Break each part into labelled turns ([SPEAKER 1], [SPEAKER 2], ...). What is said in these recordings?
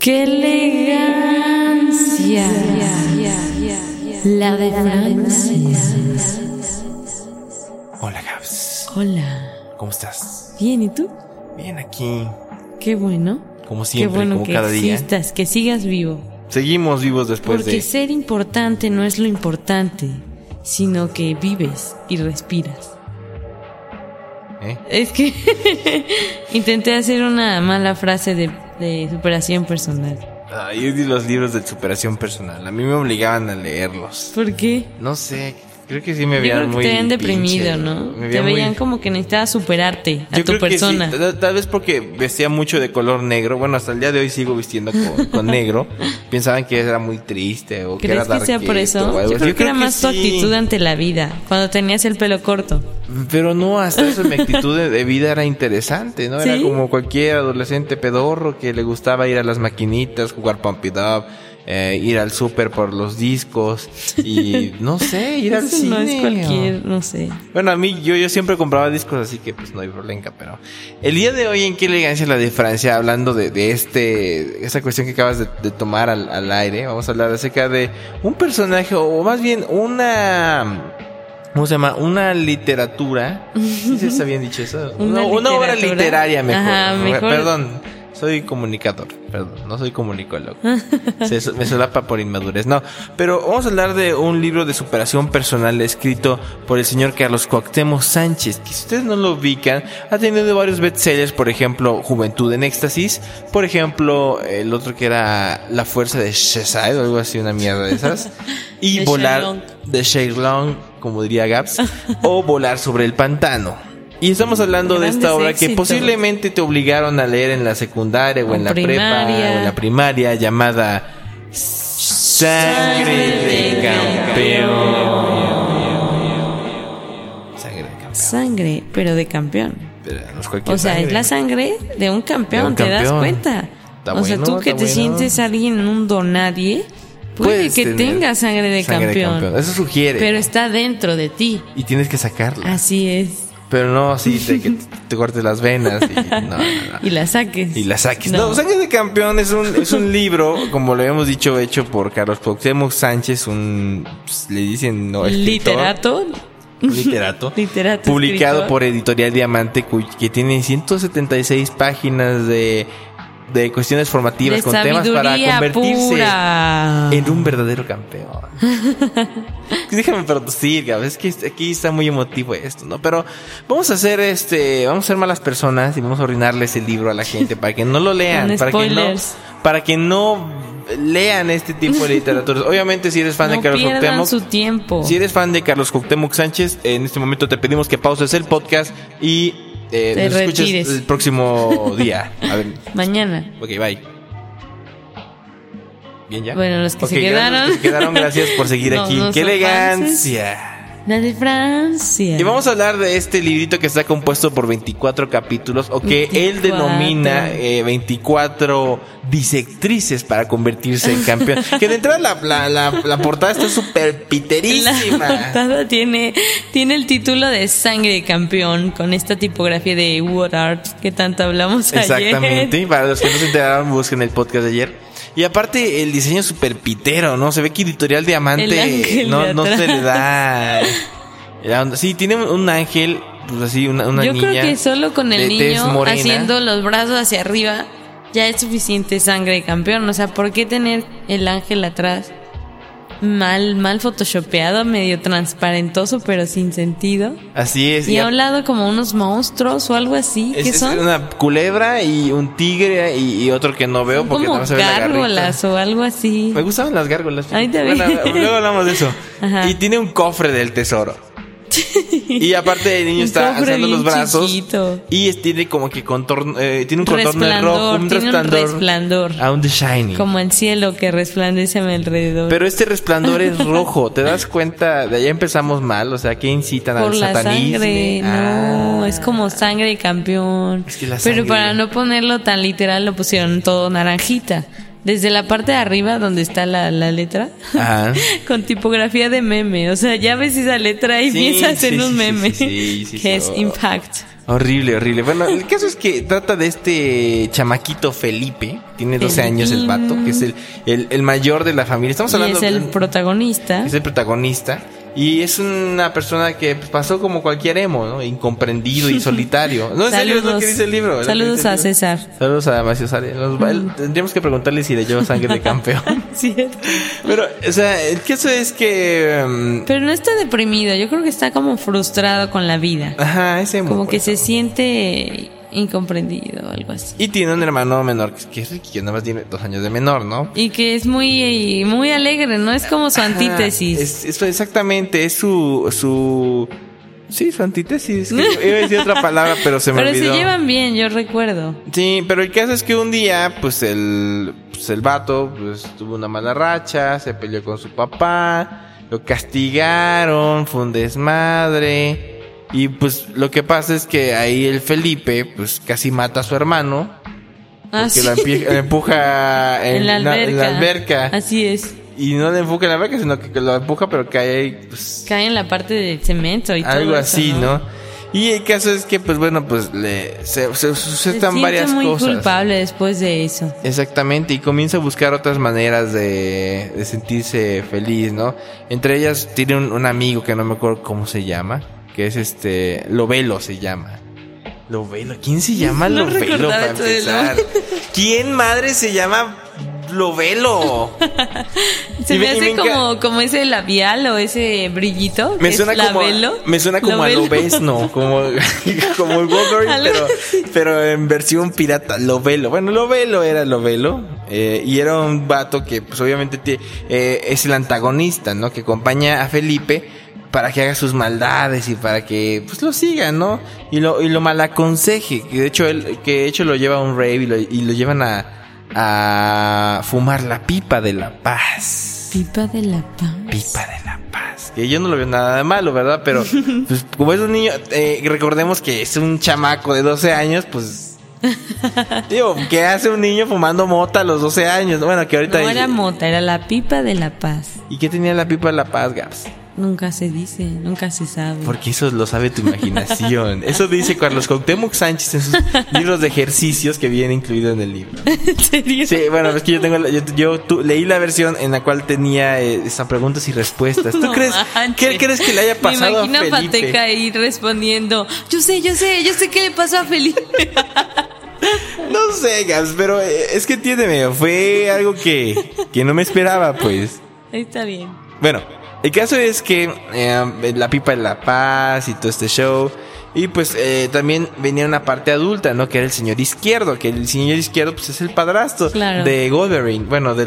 [SPEAKER 1] ¡Qué elegancia! La de Francia.
[SPEAKER 2] Hola Gabs,
[SPEAKER 1] Hola.
[SPEAKER 2] ¿cómo estás?
[SPEAKER 1] Bien, ¿y tú?
[SPEAKER 2] Bien aquí,
[SPEAKER 1] Qué bueno.
[SPEAKER 2] como
[SPEAKER 1] Qué
[SPEAKER 2] siempre,
[SPEAKER 1] bueno
[SPEAKER 2] como
[SPEAKER 1] que
[SPEAKER 2] cada día. Pues
[SPEAKER 1] existas, que sigas vivo.
[SPEAKER 2] Seguimos vivos después
[SPEAKER 1] Porque ser importante no es lo importante, sino que vives y respiras.
[SPEAKER 2] de... ¿eh?
[SPEAKER 1] Es que intenté hacer una mala frase de, de superación personal.
[SPEAKER 2] Ay, yo di los libros de superación personal, a mí me obligaban a leerlos.
[SPEAKER 1] ¿Por qué?
[SPEAKER 2] No sé, creo que sí me
[SPEAKER 1] Yo creo
[SPEAKER 2] veían
[SPEAKER 1] que
[SPEAKER 2] muy...
[SPEAKER 1] te habían deprimido,
[SPEAKER 2] pinche,
[SPEAKER 1] ¿no? te
[SPEAKER 2] me veían muy-
[SPEAKER 1] veían como que necesitabas superarte a
[SPEAKER 2] Yo
[SPEAKER 1] tu
[SPEAKER 2] creo que sí,
[SPEAKER 1] persona.
[SPEAKER 2] tal, tal vez porque vestía mucho de color negro, bueno, hasta el día de hoy sigo vistiendo con, con negro. Pensaban que era muy triste o que era
[SPEAKER 1] ¿Crees que sea por
[SPEAKER 2] darketo
[SPEAKER 1] eso?
[SPEAKER 2] o
[SPEAKER 1] Yo
[SPEAKER 2] algo
[SPEAKER 1] creo,
[SPEAKER 2] así.
[SPEAKER 1] que era más tu
[SPEAKER 2] sí.
[SPEAKER 1] actitud ante la vida, cuando tenías el pelo corto.
[SPEAKER 2] Pero no, hasta eso mi actitud de, de vida era interesante, ¿no? Era
[SPEAKER 1] ¿Sí?
[SPEAKER 2] como cualquier adolescente pedorro que le gustaba ir a las maquinitas, jugar Pump It Up, eh, ir al súper por los discos y no sé, ir al
[SPEAKER 1] Eso
[SPEAKER 2] cine.
[SPEAKER 1] no es
[SPEAKER 2] o-
[SPEAKER 1] cualquier, no sé.
[SPEAKER 2] Bueno, a mí yo, yo siempre compraba discos, así que pues no hay problema, pero el día de hoy en qué elegancia la de Francia, hablando de, de este, esta cuestión que acabas de, de tomar al, al aire, vamos a hablar acerca de un personaje, o más bien una, ¿cómo se llama? Una literatura, ¿sí se está bien dicho eso?
[SPEAKER 1] Una
[SPEAKER 2] Una, una obra
[SPEAKER 1] literatura.
[SPEAKER 2] literaria mejor.
[SPEAKER 1] Ajá, mejor.
[SPEAKER 2] Perdón. Soy comunicador, perdón, no soy comunicólogo. Se so- me solapa por inmadurez. No, pero vamos a hablar de un libro de superación personal escrito por el señor Carlos Cuauhtémoc Sánchez, que si ustedes no lo ubican, ha tenido varios bestsellers, por ejemplo, Juventud en Éxtasis, por ejemplo, el otro que era La Fuerza de Sheside o algo así, una mierda de esas, y
[SPEAKER 1] De
[SPEAKER 2] Volar
[SPEAKER 1] Shenlong.
[SPEAKER 2] de Shailong, como diría Gaps, o Volar sobre el Pantano. Y estamos hablando de
[SPEAKER 1] Grandes
[SPEAKER 2] esta obra que
[SPEAKER 1] éxitos.
[SPEAKER 2] posiblemente Probablemente te obligaron a leer en la secundaria o
[SPEAKER 1] O
[SPEAKER 2] en la
[SPEAKER 1] primaria.
[SPEAKER 2] prepa o en la primaria llamada Sangre de Campeón. Sangre de Campeón.
[SPEAKER 1] Sangre, pero de campeón.
[SPEAKER 2] Pero no es cualquier
[SPEAKER 1] O sea, es
[SPEAKER 2] sangre.
[SPEAKER 1] la sangre de un campeón,
[SPEAKER 2] De un
[SPEAKER 1] ¿te das
[SPEAKER 2] campeón.
[SPEAKER 1] cuenta?
[SPEAKER 2] Está
[SPEAKER 1] o sea,
[SPEAKER 2] bueno,
[SPEAKER 1] tú que te
[SPEAKER 2] está bueno.
[SPEAKER 1] sientes alguien en un donadie, puede
[SPEAKER 2] Puedes
[SPEAKER 1] que
[SPEAKER 2] tener
[SPEAKER 1] tenga sangre de
[SPEAKER 2] sangre de
[SPEAKER 1] campeón,
[SPEAKER 2] Eso sugiere.
[SPEAKER 1] pero está dentro de ti.
[SPEAKER 2] Y tienes que sacarla.
[SPEAKER 1] Así es.
[SPEAKER 2] Pero no así de que te cortes las venas. Y, no, no, no.
[SPEAKER 1] Y la saques.
[SPEAKER 2] Y la saques. No, Sangre de Campeón es un, es un libro, como lo habíamos dicho, hecho por Carlos Cuauhtémoc Sánchez, un, pues, le dicen, no, escritor.
[SPEAKER 1] literato.
[SPEAKER 2] literato,
[SPEAKER 1] Literato,
[SPEAKER 2] publicado
[SPEAKER 1] escritor.
[SPEAKER 2] por Editorial Diamante, cuy- que tiene 176 páginas de, de cuestiones formativas
[SPEAKER 1] De
[SPEAKER 2] con temas para
[SPEAKER 1] sabiduría
[SPEAKER 2] convertirse
[SPEAKER 1] pura.
[SPEAKER 2] en un verdadero campeón. Déjame producir, Gab, es que est- aquí está muy emotivo esto, ¿no? Pero vamos a hacer este, vamos a ser malas personas y vamos a ordenarles el libro a la gente para que no lo lean,
[SPEAKER 1] Con
[SPEAKER 2] para que no,
[SPEAKER 1] spoilers.
[SPEAKER 2] para que no lean este tipo de literaturas. Obviamente si eres fan
[SPEAKER 1] no
[SPEAKER 2] de Carlos
[SPEAKER 1] pierdan
[SPEAKER 2] Cuauhtémoc,
[SPEAKER 1] su tiempo.
[SPEAKER 2] si eres fan de Carlos Cuauhtémoc Sánchez, en este momento te pedimos que pauses el podcast y eh,
[SPEAKER 1] Te
[SPEAKER 2] nos escuches
[SPEAKER 1] retires.
[SPEAKER 2] el próximo día. A ver,
[SPEAKER 1] Mañana.
[SPEAKER 2] ok, bye. Bien ya.
[SPEAKER 1] Bueno, los que
[SPEAKER 2] Ok,
[SPEAKER 1] se
[SPEAKER 2] gracias a los
[SPEAKER 1] quedaron.
[SPEAKER 2] que se quedaron, gracias por seguir
[SPEAKER 1] No,
[SPEAKER 2] aquí.
[SPEAKER 1] no
[SPEAKER 2] ¡Qué
[SPEAKER 1] son
[SPEAKER 2] elegancia!
[SPEAKER 1] La de Francia.
[SPEAKER 2] Y vamos a hablar de este librito que está compuesto por 24 capítulos o que
[SPEAKER 1] 24.
[SPEAKER 2] él denomina eh, 24 disectrices para convertirse en campeón. que de entrada la, la, la- la portada está súper
[SPEAKER 1] La
[SPEAKER 2] piterísima.
[SPEAKER 1] portada tiene, tiene el título de Sangre de Campeón con esta tipografía de What Art que tanto hablamos
[SPEAKER 2] Exactamente.
[SPEAKER 1] ayer.
[SPEAKER 2] y Para los que no se enteraron, busquen el podcast de ayer. Y aparte, el diseño es súper pitero, ¿no? Se ve que Editorial
[SPEAKER 1] El
[SPEAKER 2] Diamante
[SPEAKER 1] ángel
[SPEAKER 2] no,
[SPEAKER 1] de
[SPEAKER 2] no
[SPEAKER 1] atrás.
[SPEAKER 2] se le da. la onda. Sí, tiene un- un ángel, pues así, una, una
[SPEAKER 1] Yo
[SPEAKER 2] niña.
[SPEAKER 1] creo que solo con el
[SPEAKER 2] de tez
[SPEAKER 1] niño
[SPEAKER 2] morena.
[SPEAKER 1] haciendo los brazos hacia arriba ya es suficiente sangre de campeón. O sea, ¿por qué tener el ángel atrás? Mal, mal photoshopeado, medio transparentoso, pero sin sentido.
[SPEAKER 2] Así es.
[SPEAKER 1] Y
[SPEAKER 2] y
[SPEAKER 1] a
[SPEAKER 2] a-
[SPEAKER 1] un lado como unos monstruos o algo así,
[SPEAKER 2] es,
[SPEAKER 1] ¿qué
[SPEAKER 2] es
[SPEAKER 1] son?
[SPEAKER 2] una culebra y un tigre y, y otro que no veo
[SPEAKER 1] Son
[SPEAKER 2] porque
[SPEAKER 1] como
[SPEAKER 2] no se ve la garrita.
[SPEAKER 1] gárgolas o algo así.
[SPEAKER 2] Me gustaban las gárgolas.
[SPEAKER 1] Ahí te vi.
[SPEAKER 2] Bueno, luego hablamos de eso.
[SPEAKER 1] Ajá.
[SPEAKER 2] Y tiene un cofre del tesoro. Y aparte el niño está
[SPEAKER 1] Cofre
[SPEAKER 2] alzando
[SPEAKER 1] bien
[SPEAKER 2] los brazos
[SPEAKER 1] chiquito.
[SPEAKER 2] y es- tiene como que contorno, eh, tiene un contorno de
[SPEAKER 1] Resplandor,
[SPEAKER 2] rojo, un
[SPEAKER 1] tiene un
[SPEAKER 2] resplandor, Ah,
[SPEAKER 1] resplandor.
[SPEAKER 2] a un The Shining.
[SPEAKER 1] Como el cielo que resplandece a mi alrededor.
[SPEAKER 2] Pero este resplandor es rojo, ¿te das cuenta? De allá empezamos mal, o sea, que incitan
[SPEAKER 1] por
[SPEAKER 2] al
[SPEAKER 1] la
[SPEAKER 2] satanismo.
[SPEAKER 1] sangre, no,
[SPEAKER 2] Ah.
[SPEAKER 1] es como sangre de campeón.
[SPEAKER 2] Es que la
[SPEAKER 1] Pero
[SPEAKER 2] sangre-
[SPEAKER 1] para no ponerlo tan literal lo pusieron todo naranjita. Desde la parte de arriba donde está la, la letra,
[SPEAKER 2] Ajá.
[SPEAKER 1] con tipografía de meme. O sea, ya ves esa letra y
[SPEAKER 2] Sí,
[SPEAKER 1] piensas
[SPEAKER 2] sí,
[SPEAKER 1] en un
[SPEAKER 2] sí,
[SPEAKER 1] meme.
[SPEAKER 2] sí, sí, sí, sí,
[SPEAKER 1] que es
[SPEAKER 2] oh.
[SPEAKER 1] Impact.
[SPEAKER 2] Horrible, horrible. Bueno, el caso es que trata de este chamaquito Felipe, tiene 12 años el vato, que es el, el, el mayor de la familia. Estamos
[SPEAKER 1] Y
[SPEAKER 2] hablando
[SPEAKER 1] es el ¿eh? protagonista.
[SPEAKER 2] es el protagonista y es una persona que pues, pasó como cualquier emo, ¿no? Incomprendido y solitario. No, en serio, es lo
[SPEAKER 1] Saludos.
[SPEAKER 2] que dice el libro. es lo que
[SPEAKER 1] Saludos
[SPEAKER 2] dice el
[SPEAKER 1] a
[SPEAKER 2] libro.
[SPEAKER 1] César.
[SPEAKER 2] Saludos a Damasio Sare. Nos va- él- Tendríamos que preguntarle si le lleva sangre de campeón.
[SPEAKER 1] Cierto.
[SPEAKER 2] Pero, o sea, el caso es que... um,
[SPEAKER 1] Pero no está deprimido, yo creo que está como frustrado con la vida.
[SPEAKER 2] ajá, es emo.
[SPEAKER 1] Como que
[SPEAKER 2] pues.
[SPEAKER 1] se siente incomprendido o algo así.
[SPEAKER 2] Y tiene un hermano menor que, que es Ricky, que nada más tiene dos años de menor, ¿no?
[SPEAKER 1] Y que es muy, muy alegre, ¿no? Es como su
[SPEAKER 2] Ajá,
[SPEAKER 1] antítesis.
[SPEAKER 2] es- eso exactamente, es su... su sí, su antítesis. que Iba a decir otra palabra, pero se me
[SPEAKER 1] Pero
[SPEAKER 2] olvidó.
[SPEAKER 1] se llevan bien, yo recuerdo.
[SPEAKER 2] Sí, pero el caso es que un día, pues el, pues, el vato pues, tuvo una mala racha, se peleó con su papá, lo castigaron, fue un desmadre. Y pues lo que pasa es que ahí el Felipe, pues casi mata a su hermano,
[SPEAKER 1] Ah,
[SPEAKER 2] que
[SPEAKER 1] sí.
[SPEAKER 2] lo empie- lo empuja en,
[SPEAKER 1] En la
[SPEAKER 2] la-
[SPEAKER 1] alberca.
[SPEAKER 2] en la alberca.
[SPEAKER 1] Así es.
[SPEAKER 2] Y no le empuja en la alberca, sino que que lo empuja, pero cae ahí, pues,
[SPEAKER 1] Cae en la parte de cemento y todo
[SPEAKER 2] algo
[SPEAKER 1] eso,
[SPEAKER 2] así, ¿no? Y el caso es que, pues bueno, pues le, se, se-
[SPEAKER 1] Se
[SPEAKER 2] sucedan
[SPEAKER 1] siente
[SPEAKER 2] varias
[SPEAKER 1] muy
[SPEAKER 2] cosas.
[SPEAKER 1] culpable después de eso.
[SPEAKER 2] Exactamente, y comienza a buscar otras maneras de, de sentirse feliz, ¿no? Entre ellas tiene un, un amigo que no me acuerdo cómo se llama, que es este, Lovelo se llama. Lovelo, ¿quién se llama
[SPEAKER 1] No
[SPEAKER 2] Lovelo
[SPEAKER 1] recordaba
[SPEAKER 2] para
[SPEAKER 1] eso de
[SPEAKER 2] empezar? ¿Quién madre se llama Lovelo?
[SPEAKER 1] Se
[SPEAKER 2] Y
[SPEAKER 1] me
[SPEAKER 2] me- y
[SPEAKER 1] hace
[SPEAKER 2] me enca-
[SPEAKER 1] como, como ese labial o ese brillito.
[SPEAKER 2] Me
[SPEAKER 1] que
[SPEAKER 2] suena,
[SPEAKER 1] es
[SPEAKER 2] como a,
[SPEAKER 1] labelo.
[SPEAKER 2] me suena como a
[SPEAKER 1] Labelo.
[SPEAKER 2] Lobesno, como, como el Wolverine,
[SPEAKER 1] Algo
[SPEAKER 2] pero, pero en versión pirata, Lovelo. Bueno, Lovelo era Lovelo, eh, y era un vato que pues obviamente te- eh, es el antagonista, ¿no? Que acompaña a Felipe para que haga sus maldades y para que pues lo siga, ¿no? Y lo, y lo malaconseje, que de hecho él, que de hecho lo lleva a un rave y lo, y lo llevan a, a fumar la pipa de la paz.
[SPEAKER 1] Pipa de la paz.
[SPEAKER 2] Pipa de la Paz. Que yo no lo veo nada de malo, ¿verdad? Pero pues, como es un niño, eh, recordemos que es un chamaco de 12 años, pues... Digo, ¿qué hace un niño fumando mota a los 12 años? Bueno, que ahorita...
[SPEAKER 1] No era
[SPEAKER 2] y-
[SPEAKER 1] mota, era la pipa de la paz.
[SPEAKER 2] ¿Y qué tenía la pipa de la paz, Gaps?
[SPEAKER 1] Nunca se dice, nunca se sabe.
[SPEAKER 2] Porque eso lo sabe tu imaginación. Eso dice Carlos Cuauhtémoc Sánchez en sus libros de ejercicios que viene incluido en el libro.
[SPEAKER 1] ¿En serio?
[SPEAKER 2] Sí, bueno, es que yo tengo, la- yo, yo tu- leí la versión en la cual tenía eh, esas preguntas y respuestas. ¿Tú
[SPEAKER 1] No
[SPEAKER 2] crees,
[SPEAKER 1] manches.
[SPEAKER 2] qué crees que le haya
[SPEAKER 1] Me
[SPEAKER 2] pasado
[SPEAKER 1] imagino
[SPEAKER 2] a Felipe?
[SPEAKER 1] Pateca ahí respondiendo, yo sé, yo sé, yo sé qué le pasó a Felipe.
[SPEAKER 2] No sé, Gabs, pero eh, es que entiéndeme, fue algo que, que no me esperaba, pues.
[SPEAKER 1] Está bien.
[SPEAKER 2] Bueno, el caso es que eh, la pipa de la paz y todo este show. Y pues eh, también venía una parte adulta, ¿no? Que era el señor izquierdo, que el señor izquierdo pues es el padrastro
[SPEAKER 1] Claro.
[SPEAKER 2] de Wolverine, bueno, de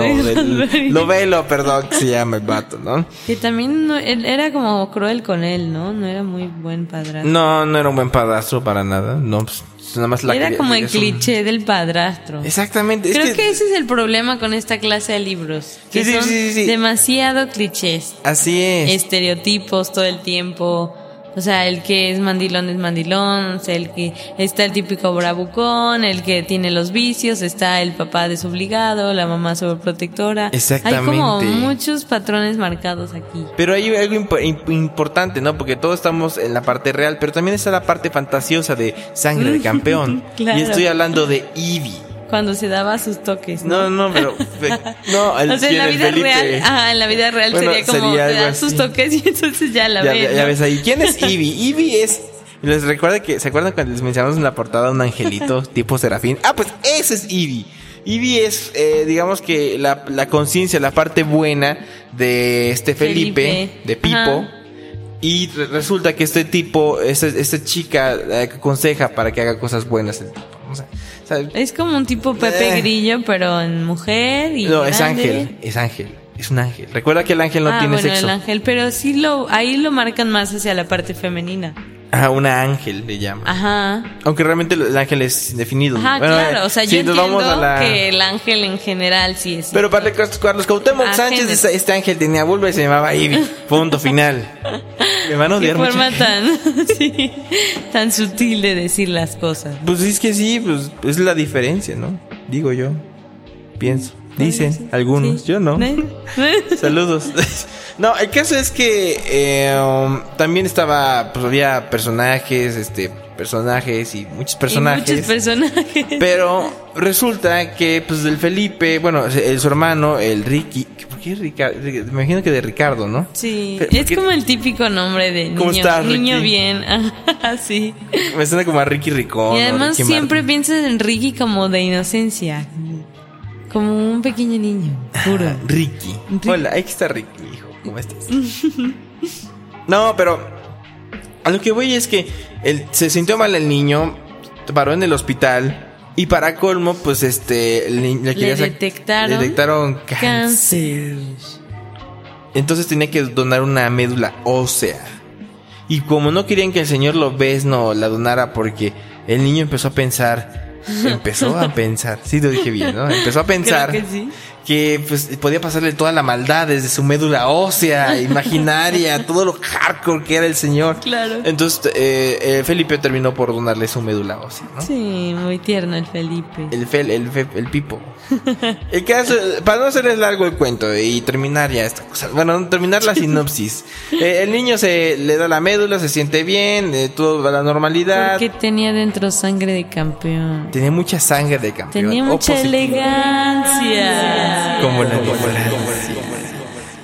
[SPEAKER 1] De
[SPEAKER 2] del
[SPEAKER 1] Wolverine.
[SPEAKER 2] Lobelo, perdón, que se llama el vato, ¿no?
[SPEAKER 1] Que también no- él era como cruel con él, ¿no? No era muy buen padrastro.
[SPEAKER 2] No, no era un buen padrastro para nada, no, pues nada más la
[SPEAKER 1] era
[SPEAKER 2] quería-
[SPEAKER 1] como el
[SPEAKER 2] es un-
[SPEAKER 1] cliché del padrastro.
[SPEAKER 2] Exactamente, es
[SPEAKER 1] Creo
[SPEAKER 2] que-
[SPEAKER 1] que... ese es el problema con esta clase de libros.
[SPEAKER 2] Sí,
[SPEAKER 1] Que
[SPEAKER 2] sí,
[SPEAKER 1] son
[SPEAKER 2] sí, sí, sí.
[SPEAKER 1] demasiado clichés.
[SPEAKER 2] así es.
[SPEAKER 1] estereotipos todo el tiempo. O sea, el que es mandilón es mandilón, o sea, el que está el típico bravucón, el que tiene los vicios, está el papá desobligado, la mamá sobreprotectora. Hay como
[SPEAKER 2] Exactamente.
[SPEAKER 1] muchos patrones marcados aquí.
[SPEAKER 2] Pero hay algo impo- imp- importante, ¿no? Porque todos estamos en la parte real, pero también está la parte fantasiosa de sangre de campeón.
[SPEAKER 1] Claro.
[SPEAKER 2] Y estoy hablando de Ivy.
[SPEAKER 1] Cuando se daba sus toques.
[SPEAKER 2] No, no, pero. fe- No, el,
[SPEAKER 1] o sea,
[SPEAKER 2] sí,
[SPEAKER 1] en la
[SPEAKER 2] el
[SPEAKER 1] vida
[SPEAKER 2] Felipe.
[SPEAKER 1] real, ajá, en la vida real
[SPEAKER 2] Bueno,
[SPEAKER 1] sería como
[SPEAKER 2] sería
[SPEAKER 1] te
[SPEAKER 2] algo
[SPEAKER 1] dan sus
[SPEAKER 2] así.
[SPEAKER 1] toques y entonces ya la
[SPEAKER 2] ya,
[SPEAKER 1] ves.
[SPEAKER 2] ya
[SPEAKER 1] ¿no?
[SPEAKER 2] ves ahí. ¿Quién es Ivy? Ivy es. Les recuerda que. ¿Se acuerdan cuando les mencionamos en la portada un angelito tipo serafín? Ah, pues ese es Ivy. Ivy es, eh, digamos que, la, la conciencia, la parte buena de este Felipe,
[SPEAKER 1] Felipe.
[SPEAKER 2] de Pipo.
[SPEAKER 1] Ajá.
[SPEAKER 2] Y re- resulta que este tipo, esta, esta chica, eh, que aconseja para que haga cosas buenas el tipo. O sea, o sea,
[SPEAKER 1] Es como un tipo Pepe
[SPEAKER 2] Eh.
[SPEAKER 1] Grillo, pero en mujer y
[SPEAKER 2] no, es
[SPEAKER 1] grande.
[SPEAKER 2] Ángel, es Ángel. Es un ángel. Recuerda que el ángel no
[SPEAKER 1] ah,
[SPEAKER 2] tiene
[SPEAKER 1] bueno,
[SPEAKER 2] sexo.
[SPEAKER 1] el ángel, pero sí lo, ahí lo marcan más hacia la parte femenina.
[SPEAKER 2] Ah, una ángel le llama.
[SPEAKER 1] Ajá.
[SPEAKER 2] Aunque realmente el ángel es indefinido.
[SPEAKER 1] Ajá,
[SPEAKER 2] Bueno,
[SPEAKER 1] claro. O sea,
[SPEAKER 2] eh,
[SPEAKER 1] yo
[SPEAKER 2] si nos
[SPEAKER 1] entiendo
[SPEAKER 2] vamos a la-
[SPEAKER 1] que el ángel en general sí es.
[SPEAKER 2] Pero para Carlos Cuauhtémoc
[SPEAKER 1] Ángeles.
[SPEAKER 2] Sánchez, este, este ángel tenía vulva y se llamaba Ivy. Punto final. Me van a
[SPEAKER 1] Qué
[SPEAKER 2] odiar mucho.
[SPEAKER 1] forma tan, sí, tan sutil de decir las cosas.
[SPEAKER 2] Pues es que sí, pues es la diferencia, ¿no? Digo yo. Pienso. Dicen algunos,
[SPEAKER 1] Sí.
[SPEAKER 2] yo no.
[SPEAKER 1] ¿Eh?
[SPEAKER 2] Saludos. No, el caso es que eh, um, también estaba, pues había personajes, este, personajes y muchos personajes.
[SPEAKER 1] Y muchos personajes.
[SPEAKER 2] Pero resulta que, pues, el Felipe, bueno, el- su hermano, el Ricky. ¿Por qué Ricardo? Me imagino que de Ricardo, ¿no?
[SPEAKER 1] Sí,
[SPEAKER 2] Pero,
[SPEAKER 1] es
[SPEAKER 2] ¿por qué?
[SPEAKER 1] como el típico nombre de niño.
[SPEAKER 2] ¿Cómo estás,
[SPEAKER 1] niño
[SPEAKER 2] Ricky?
[SPEAKER 1] bien, ajá, sí.
[SPEAKER 2] Me suena como a Ricky Ricón.
[SPEAKER 1] y
[SPEAKER 2] o
[SPEAKER 1] además
[SPEAKER 2] Oh, Ricky
[SPEAKER 1] siempre
[SPEAKER 2] Martin.
[SPEAKER 1] piensas en Ricky como de inocencia. Como un pequeño niño, puro.
[SPEAKER 2] Ricky.
[SPEAKER 1] Ricky.
[SPEAKER 2] Hola, aquí está Ricky, hijo. ¿Cómo estás? no, pero a lo que voy es que él, se sintió mal el niño, paró en el hospital y para colmo, pues este, el ni-
[SPEAKER 1] Le
[SPEAKER 2] quería sa-
[SPEAKER 1] detectaron
[SPEAKER 2] detectaron cáncer.
[SPEAKER 1] Cáncer.
[SPEAKER 2] Entonces tenía que donar una médula ósea. Y como no querían que el señor Lobezno la donara porque el niño empezó a pensar, empezó a pensar, sí lo dije bien, ¿no? Empezó a pensar
[SPEAKER 1] Creo que sí.
[SPEAKER 2] que pues podía pasarle toda la maldad desde su médula ósea, imaginaria, todo lo hardcore que era el señor.
[SPEAKER 1] Claro.
[SPEAKER 2] Entonces eh, eh, Felipe terminó por donarle su médula ósea, ¿no?
[SPEAKER 1] Sí, muy tierno el Felipe.
[SPEAKER 2] El fel, el fe- el pipo. El caso, para no hacerles largo el cuento y terminar ya esta cosa. Bueno, no terminar la sinopsis. Eh, el niño se le da la médula, se siente bien, eh, todo va a la normalidad.
[SPEAKER 1] Porque tenía dentro sangre de campeón.
[SPEAKER 2] Tenía mucha sangre de campeón.
[SPEAKER 1] Tenía
[SPEAKER 2] O
[SPEAKER 1] mucha
[SPEAKER 2] positivo.
[SPEAKER 1] elegancia.
[SPEAKER 2] Como la elegancia.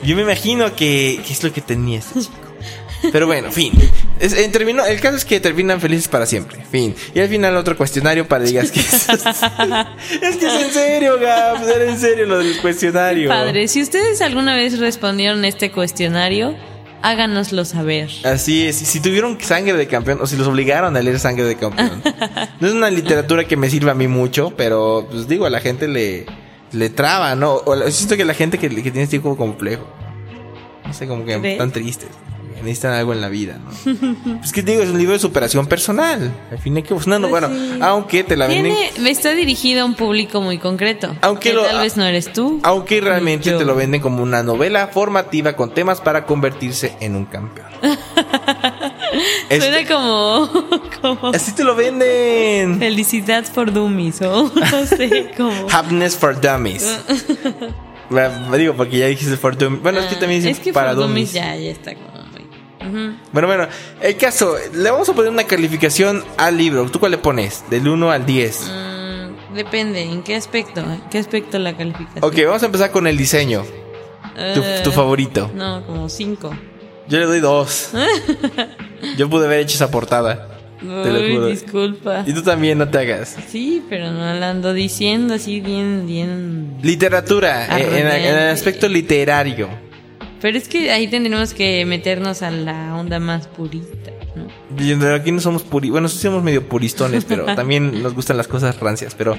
[SPEAKER 2] Yo me imagino que, que es lo que tenía este chico. Pero bueno, fin. Es- eh, terminó, el caso es que terminan felices para siempre. Fin. Y al final otro cuestionario para digas que es. es que es en serio, Gab. Era en serio lo del cuestionario.
[SPEAKER 1] Padre, si ustedes alguna vez respondieron este cuestionario, háganoslo saber.
[SPEAKER 2] Así es. Y Si tuvieron sangre de campeón o si los obligaron a leer sangre de campeón. No es una literatura que me sirva a mí mucho, pero pues digo, a la gente le, le traba, ¿no? O la- siento que la gente que, que tiene este tipo complejo. No sé, como que
[SPEAKER 1] ¿Crees?
[SPEAKER 2] están tristes. que Necesitan algo en la vida, ¿no? Pues que digo, es un libro de superación personal. Al fin y al cabo, no, no, bueno, aunque te la venden.
[SPEAKER 1] Pues Tiene, está dirigido a un público muy concreto.
[SPEAKER 2] Aunque
[SPEAKER 1] que
[SPEAKER 2] lo-
[SPEAKER 1] tal vez no eres tú.
[SPEAKER 2] Aunque realmente
[SPEAKER 1] Yo.
[SPEAKER 2] te lo venden como una novela formativa con temas para convertirse en un campeón. Es-
[SPEAKER 1] Suena como, como
[SPEAKER 2] así te lo venden.
[SPEAKER 1] felicidad por dummies o no sé cómo.
[SPEAKER 2] Happiness for Dummies. Bueno, Digo, porque ya dijiste for Dummies. Bueno, es que también dicen
[SPEAKER 1] Ah, es que
[SPEAKER 2] para
[SPEAKER 1] for
[SPEAKER 2] Dummies.
[SPEAKER 1] ya, ya está como muy. Ujú.
[SPEAKER 2] Bueno, bueno, el caso, le vamos a poner una calificación al libro. ¿Tú cuál le pones? Del 1 al 10.
[SPEAKER 1] Mm, depende, ¿en qué aspecto? ¿En qué aspecto la calificación?
[SPEAKER 2] Ok, vamos a empezar con el diseño. Tu,
[SPEAKER 1] Eh,
[SPEAKER 2] tu favorito.
[SPEAKER 1] No, como cinco.
[SPEAKER 2] Yo le doy 2. Yo pude haber hecho esa portada. Te
[SPEAKER 1] Uy,
[SPEAKER 2] lo juro.
[SPEAKER 1] disculpa.
[SPEAKER 2] Y tú también no te hagas.
[SPEAKER 1] Sí, pero no la ando diciendo así bien, bien.
[SPEAKER 2] Literatura,
[SPEAKER 1] Ah,
[SPEAKER 2] eh, en, en el
[SPEAKER 1] Arrogante.
[SPEAKER 2] aspecto literario.
[SPEAKER 1] Pero es que ahí tendremos que meternos a la onda más purita, ¿no?
[SPEAKER 2] Y Aquí no somos puri... Bueno, sí somos medio puristones, pero también nos gustan las cosas rancias. Pero